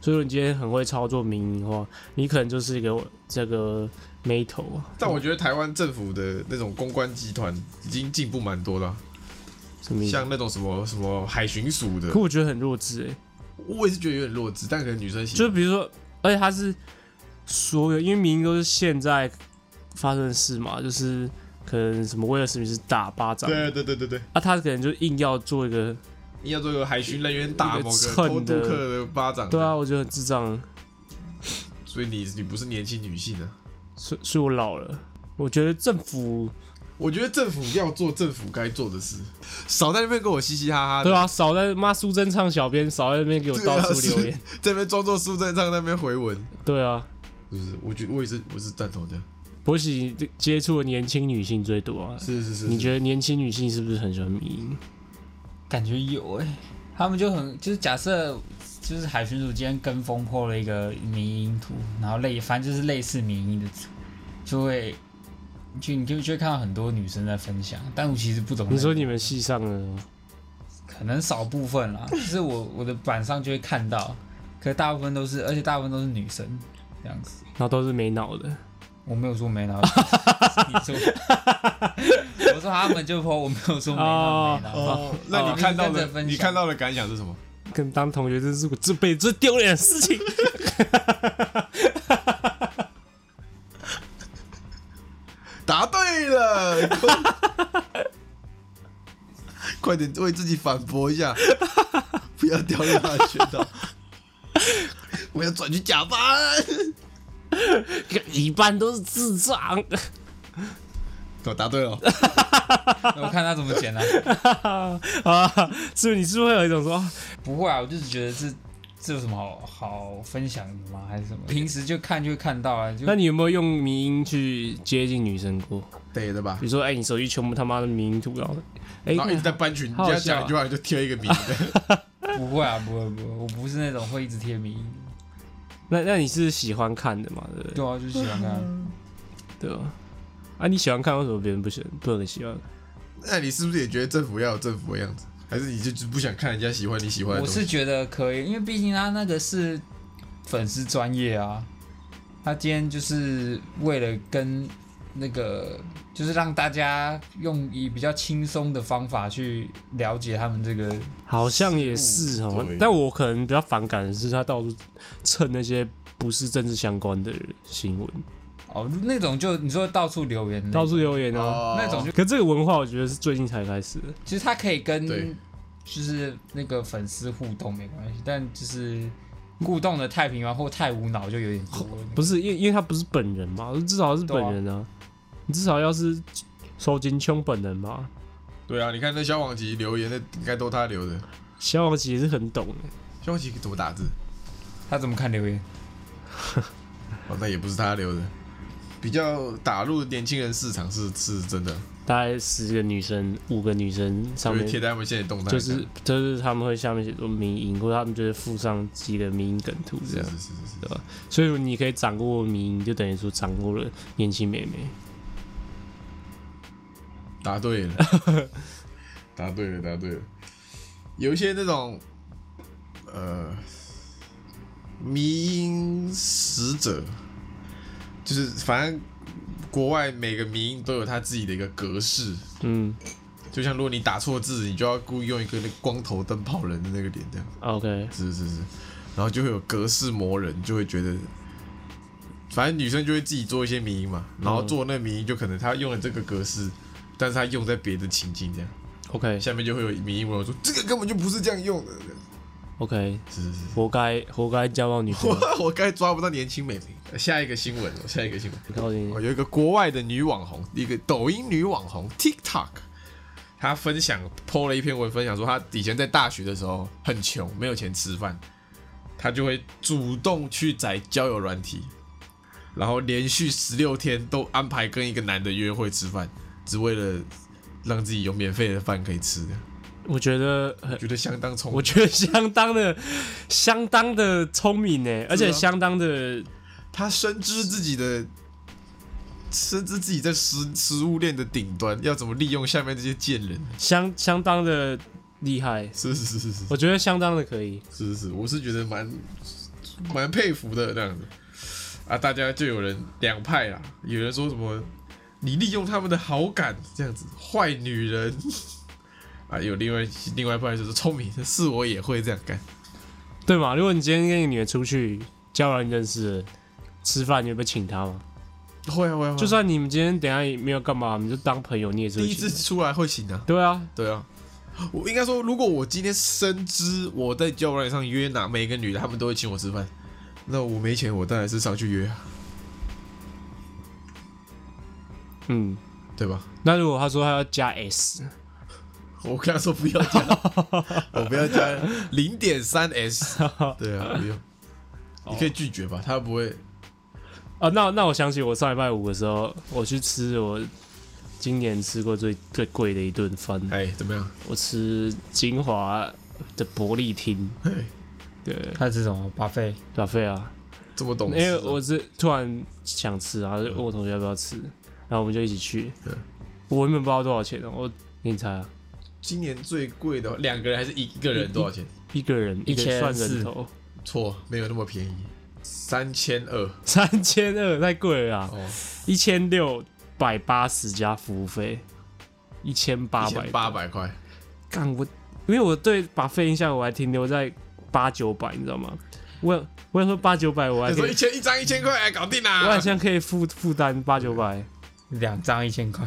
所以说你今天很会操作民营的话，你可能就是一个这个眉头啊，
但我觉得台湾政府的那种公关集团已经进步蛮多了啊、
什么意思？
像那种什么什么海巡署的
可，我觉得很弱智诶、
我也是觉得有点弱智，但可能女生喜
就
欢。
比如说，而且它是所有，因为民营都是现在发生的事嘛，就是可能什么威尔史密斯打巴掌，
对对对对对，
啊，他可能就硬要做一个，
你要做个海巡人员打某
一个
个
蹭
偷渡
的
客的巴掌，
对啊，，我觉得很智障，
所以你你不是年轻女性啊，
所以所以我老了，我觉得政府
我觉得政府要做政府该做的事，少在那边跟我嘻嘻哈哈的。
对啊，少在妈苏贞昌小编，少在那边给我
对
到
啊，
处留言。
是在那边装作苏贞昌在那边回文，
对啊，
就是我觉我也是我是赞同的，
博喜接触的年轻女性最多啊。
是是是，
你觉得年轻女性是不是很喜欢迷音？
感觉有哎、他们就很就是假设就是海巡署今天跟风破了一个迷因图，然后类反正就是类似迷因的图，就会就你就就会看到很多女生在分享，但我其实不懂那个。
你说你们系上的吗
可能少部分啦，就是我我的板上就会看到，可是大部分都是，而且大部分都是女生这样子。
然后都是没脑的，
我没有说没脑，你说，我说他们就说我没有说没脑没脑。
哦，那你看到
就是跟
的
着分享
你看到的感想是什么？
跟当同学真是我这辈子最丢脸的事情。
答对了，快快点为自己反驳一下，不要掉入他的圈套。我要转去甲班，
一半都是智障。
我哦答对了，
我看他怎么剪啊？
啊，是不是你是不是会有一种说，
嗯
啊
不会啊，我就是觉得这这有什么好好分享的吗？还是什么？平时就看就会看到啊，就
那你有没有用迷音去接近女生过？
对的吧
比？如说，哎、你手机全部他妈的迷音图，然后，哎、
然后一直在班群，
好
人家
好笑啊
讲一句话你就贴一个名字，
不会啊，不会不会，我不是那种会一直贴迷因的，
那那你是喜欢看的嘛？对不对？
对啊，就喜欢看。
对吧？啊，你喜欢看，为什么别人不喜欢，不能喜欢？
那你是不是也觉得政府要有政府的样子？还是你就就不想看人家喜欢你喜欢的
我
东西？
是觉得可以，因为毕竟他那个是粉丝专业啊，他今天就是为了跟那个，就是让大家用以比较轻松的方法去了解他们这个，
好像也是哦
对，
但我可能比较反感的是他到处蹭那些不是政治相关的新闻，
哦，那种就你说到处留言那种，
到处留言啊。
哦
那种就
可这个文化，我觉得是最近才开始的。
其实他可以跟
对
就是那个粉丝互动没关系，但就是互动的太频繁或太无脑就有点多了。
不是，因为因为他不是本人嘛，至少是本人啊。你至少要是收金秋本人嘛，
对啊，你看那消防旗留言，那应该都他留的。
消防旗也是很懂的。
消防旗怎么打字？
他怎么看留言？
哦，那也不是他留的。比较打入年轻人市场是是真的，
大概十个女生，五个女生
就
上
是
面
贴在他们现在动态
就
上，
是就是他们会下面写说迷音，或者他们就会附上几个迷音梗图这
是
样
是。是是
对吧？所以你可以掌握迷音，就等于说掌握了年轻妹妹。
答对了，答对了，答对了。有一些那种呃迷音使者，就是反正国外每个迷音都有他自己的一个格式，
嗯
就像如果你打错字，你就要故意用一个那光头灯泡人的那个脸这样。
，OK，
是是是，然后就会有格式魔人，就会觉得，反正女生就会自己做一些迷音嘛，然后做那个迷音就可能她用了这个格式，但是她用在别的情境这样，
OK
下面就会有迷音网友说这个根本就不是这样用的，
OK，
是是是，
活该活该交到女朋友。
我我该抓不到年轻美眉。下一个新闻，下一个新闻。
靠近
哦，有一个国外的女网红，一个抖音女网红 TikTok，她分享 PO 了一篇文，分享说她以前在大学的时候很穷，没有钱吃饭，她就会主动去载交友软体，然后连续十六天都安排跟一个男的约会吃饭，只为了让自己有免费的饭可以吃，
我觉得很
觉得相当聪
我
明。
觉得相当的、相当的聪明
啊
呢，而且相当的
她深知自己的。深知自己在食食物链的顶端，要怎么利用下面这些贱人？
相相当的厉害，
是是是是是。
我觉得相当的可以。
是是是，我是觉得蛮蛮佩服的这样子啊，大家就有人两派啦，有人说什么你利用他们的好感这样子，坏女人 啊，有另外另外一派就是聪明，是我也会这样干，
对嘛？如果你今天跟一个女的出去，交完认识了，吃饭你会不会请她吗？
会啊会啊，会啊
就算你们今天等一下也没有干嘛，你就当朋友，你也是
第
会
一
请
次
的。
出来会行啊，
对啊，
对啊。我应该说，如果我今天深知我在交友软件上约哪每一个女的，她们都会请我吃饭，那我没钱，我当然是上去约啊。
嗯，
对吧？
那如果他说他要加 S，
我跟他说不要加，我不要 加零点三 S，对啊，不用，你可以拒绝吧，他不会。
啊，那那我想起我上礼拜五的时候，我去吃我今年吃过最最贵的一顿饭，
哎，怎么样？
我吃金华的伯利厅，
哎，
对，
他是什么巴菲？
拉菲啊，
这么懂
因
事？
为我是突然想吃啊，就问我同学要不要吃，然后我们就一起去
对。
我原本不知道多少钱哦，我给你猜啊，
今年最贵的两个人还是一个人多少钱？
一个人一个人算人头
错，没有那么便宜，三千二。
三千二，太贵了啊！
哦，
一千六百八十加服务费，一千八
一
百
千八。百块，
干我，因为我对把费印象我还停留在八九百，你知道吗？我我想说八九百，我还
你
可
说
以
一，千一张一千块，哎搞定
我
啦
好！像可以负负担八九百，
两张一千块，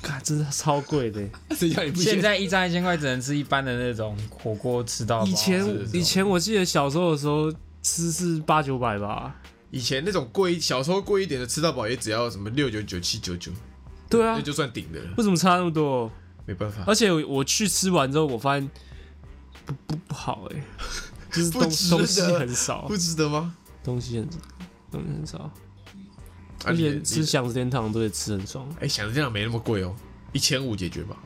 干真的超贵的。
谁叫你不
现
信？
在一张一千块只能吃一般的那种火锅，吃到饱啊
以前
是是
以前我记得小时候的时候吃是八九百吧？
以前那种贵，小时候贵一点的吃到饱也只要什么六九九、七九九，
对啊
那，就算顶的了，
为什么差那么多？
没办法。
而且我我去吃完之后，我发现不不不好哎、就是
不
东
值得
东西很少
不，啊值得吗？
东西很东西很少。
而
而
啊
且吃享食天堂都得吃很爽。
哎，想着这样没那么贵哦，一千五解决吧。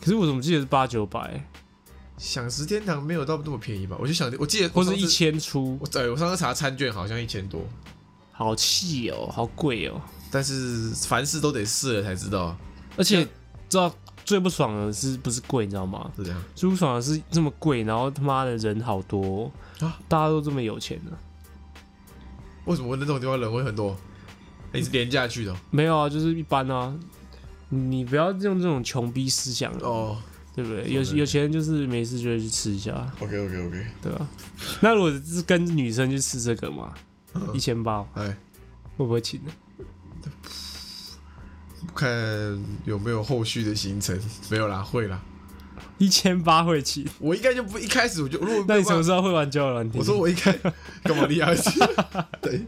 可是我怎么记得是八九百，
享食天堂没有到那么便宜吧？我就想，我记得
或是
我上
一
次，
千出
我，对我上次查餐券好像一千多，
好气哦，好贵哦。
但是凡事都得试了才知道啊，
而且知道最不爽的是不是贵，你知道吗？
是这样。
最不爽的是这么贵，然后他妈的人好多、哦
啊
大家都这么有钱呢、
为什么那种地方人会很多？哎你是廉价去的哦
没有啊，就是一般啊。你不要用这种穷逼思想
哦。
对不对？有
对
有钱人就是没事就会去吃一下，
OK OK OK，
对吧、那如果是跟女生去吃这个嘛，
嗯
一千八
哎，
会不会请呢？
看有没有后续的行程？没有啦，会啦。
一千八会请，
我应该就不一开始我就如果没
那
有
你什么
办法
时候会玩交友软体？
我说我应 该干嘛离他去？ 对，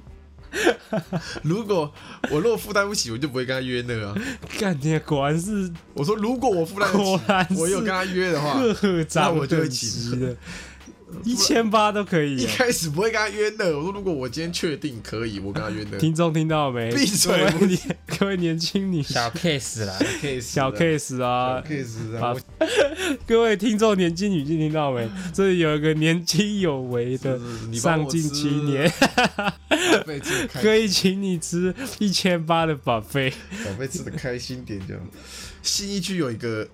如果我如果负担不起，我就不会跟他约那个啊、
干你果然是
我说如果我负担
果然
得起，
是啊
我有跟他约的话，
各
那
长
我就会
等
请
级的，一千八都可以
一
啊。
开始不会跟他约那个。我说如果我今天确定可以，我跟他约那个。
听众听到了没？
闭嘴
各位年各位年轻女
小 case 啦，
case
小 case 啊，
case
啊
啊，我
各位听众年轻女性 听到没？这里有一个年轻有为的
是是是，你帮
上
我
进
吃
青年，
被吃开
可以请你吃一千八的 buffet。
宝贝吃的开心点就好。信义区有一个，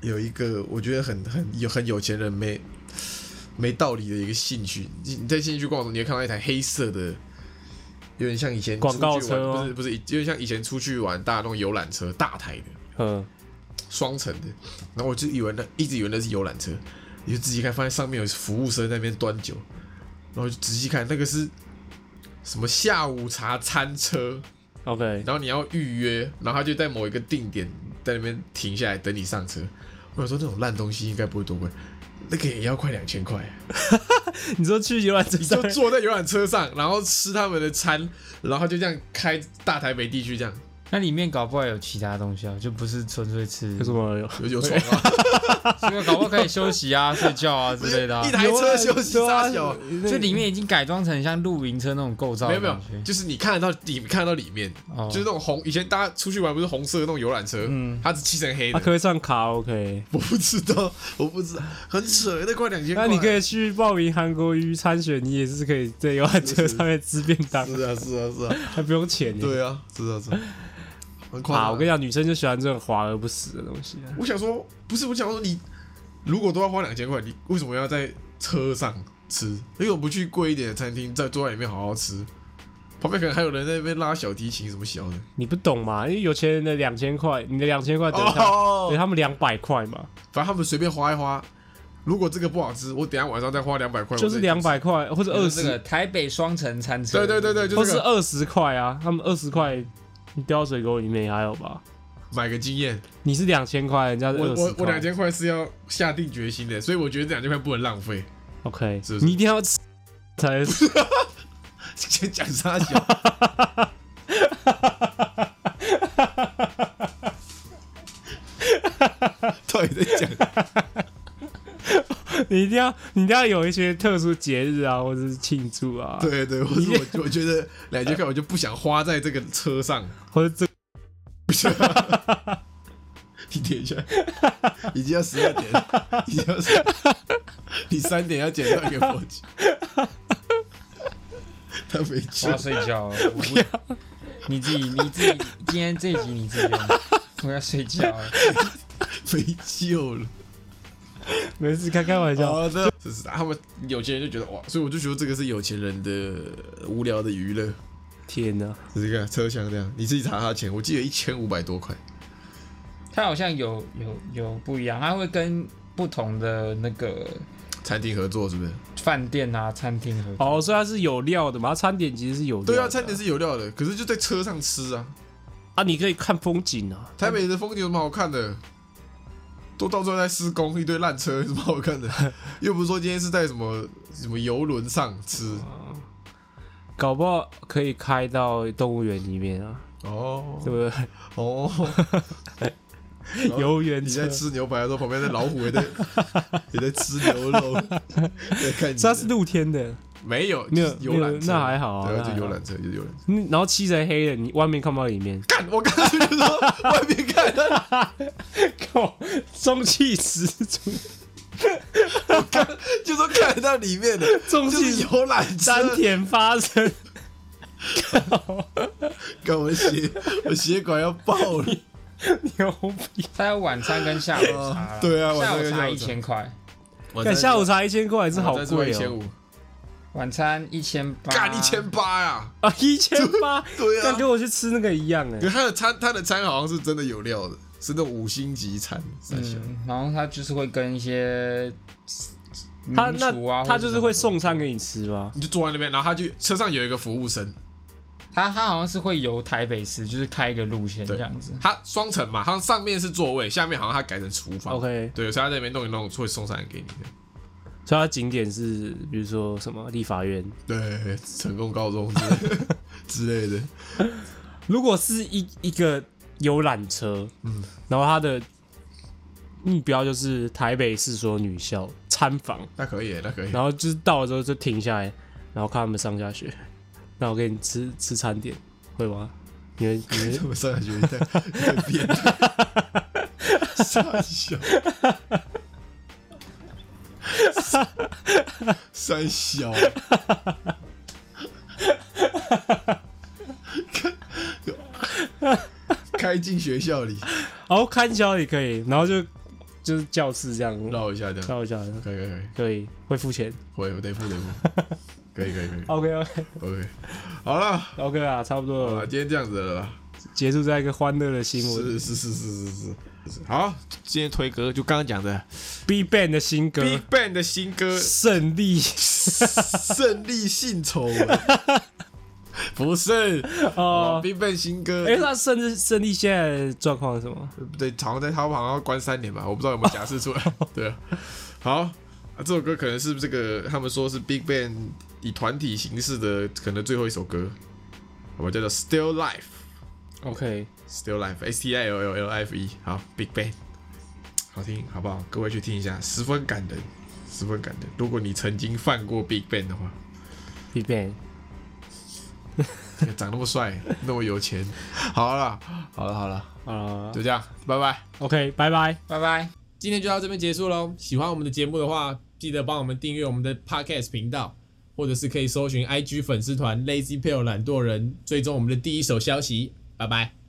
有一个我觉得很很有很有钱人没没道理的一个兴趣。你你在信义区逛的时候，你会看到一台黑色的，有点像以前
广告
出去玩
车哦吗
不是不是，有点像以前出去玩大家那种游览车，大台的
嗯，
双层的。然后我就以为那一直以为那是游览车，你就仔细看，发现上面有服务生在那边端酒，然后就仔细看那个是什么下午茶餐车。
OK，
然后你要预约，然后他就在某一个定点在那边停下来等你上车。我想说那种烂东西应该不会多贵，那个也要快两千块。
你说去游览车
你
上
就坐在游览车上，然后吃他们的餐，然后就这样开大台北地区这样，
那里面搞不好有其他东西啊，就不是纯粹吃
有，什么？
有有床啊，
这个搞不好可以休息啊、 睡觉啊之类的 啊
一。台车休息
有啊
大小。
就里面已经改装成像露营车那种构造
没
的
有没有
感觉，
就是你看得到里看得到里面，
哦
就是那种红，以前大家出去玩不是红色的那种游览车，它是漆成黑
他
的，
嗯啊可以上卡 OK。
我不知道， 我不知道，很扯，那快两千块。
那你可以去报名韩国瑜参选，你也是可以在游览车上面吃便当，
是啊是啊是 啊，
还不用钱呢。
对啊，是啊是啊，很夸张。
啊，我跟你讲，女生就喜欢这种华而不实的东西啊。
我想说，不是，我想说你如果都要花两千块，你为什么要在车上吃？为什么不去贵一点的餐厅，在坐在里面好好吃？旁边可能还有人在那边拉小提琴什么小的。
你不懂嘛？因为有钱人的两千块，你的两千块等于他，等于
哦，
他们两百块嘛，
反正他们随便花一花。如果这个不好吃，我等一下晚上再花两百块，
就是
我再去
两百块或者二
就是这个
十，
台北双层餐车，
对对对对，就
或
是
是
这个
二十块啊。他们二十块，你掉到水沟里面也还有吧？
买个经验。
你是两千块，人家是
我
二
我
十
我两
块。
千块是要下定决心的，所以我觉得这两千块不能浪费。
OK，
是不是
你一定要 吃才
先讲啥小？到底在讲？
你一定要，你一定要有一些特殊节日啊，或者是庆祝啊，
对对，或者我我 觉得两节课我就不想花在这个车上。
或者这
你等一下，已经要十二点了，已经要12，你三点要剪到给我去。 他没
我
去
要，睡觉了，我不要。你自己，你自己，今天这一集你自己用。我要睡觉了。
没救了。
没事，开开玩笑。
好的，这是他们有钱人就觉得哇，所以我就觉得这个是有钱人的无聊的娱乐。
天哪，
这个车厢这样，你自己查他钱，我记得一千五百多块。
它好像有有有不一样，它会跟不同的那个
餐厅合作是不是？
饭店啊、餐厅合作。
哦，所以它是有料的嘛？它餐点其实是有料的
对啊，餐点是有料的，可是就在车上吃啊。
啊，你可以看风景啊。
台北的风景有什么好看的？都到处在施工，一堆烂车，有什么好看的？又不是说今天是在什么什么游轮上吃
搞不好可以开到动物园里面啊，
哦
对不对？
哦，
游园
你
车
在，吃牛排的时候，旁边的老虎也 在也在吃牛肉，在看你
它是露天的，
没有
没有
就是游览车，
没有那还好啊
对
那
啊，
还
就
好
游览车，就是游览车。，
嗯然后漆成黑的，你外面看不到里面
干，我刚才就说 外面看到
靠，中气十足，
就说看得到里面的，
中
就是
气
游览车。
丹田发生，
干我血，我血管要爆 了。
牛 逼！
它有晚餐跟下午茶啦
哦对啊，晚
下
上
午
有
茶
午
一千块，
但下午茶一千块是好
晚餐是
贵
一千
哦，
五，
晚餐一千八，
干一千八呀！
啊，一千八，
对啊
跟，跟我去吃那个一样
可
哎，
是他的餐，他的餐好像是真的有料的，是那种五星级餐。三小
嗯，然后它就是会跟一些
他
民厨啊，
那
或者
他就是会
什么
送餐给你吃吗？
你就坐在那边，然后他就车上有一个服务生，
它，它好像是会由台北市就是开一个路线
对
这样子。
他双层嘛，好像上面是座位，下面好像他改成厨房。
OK
对，所以他在那边弄一弄，会送上来给你的。
所以它景点是比如说什么立法院，
对，成功高中之类的之类的，
如果是一一个游览车，嗯，然后它的目标就是台北市所有女校参访，
那可以，那可以。
然后就是到了之后就停下来，然后看他们上下学，那我给你吃吃餐点，会吗？你们你 们
他们上小学一代太变态，三小，三小，看开进学校里
哦看小也可以，然后就就是教室这样
绕一下这样，
绕一下，
可以可以可以，
可以会付钱。
会我得付得付，可以可以可以
OK OK
，OK，好了，
OK 啊，差不多
好
了
了，，今天这样子了啦。
结束在一个欢乐的新闻
是是是是是是是，好，今天推歌就刚刚讲的
，Big Bang 的新歌
Big Bang 的新歌
《胜利》
胜利性丑闻， 不是
哦。
Big Bang 新歌
哎、，那胜利胜利现在的状况是什么？
对，好像在他们好像要关三年吧，我不知道有没有假释出来。对啊，好，啊这首歌可能是这个他们说是 Big Bang 以团体形式的可能最后一首歌，好吧，叫做 Still Life，Still
OK，
Life，S T I L L L F E，好，Big Bang，好听，好不好？各位去听一下，十分感人，十分感人。如果你曾经犯过 Big Bang 的话，
Big Bang，
长那么帅，那么有钱，好了，好了，好了，
啊、
就这样，拜拜。
o k 拜拜。
拜拜。
今天就到这边结束喽。喜欢我们的节目的话，记得帮我们订阅我们的 Podcast 频道，或者是可以搜寻 IG 粉丝团 Lazy p a l e 懒惰人，追踪我们的第一手消息。拜拜。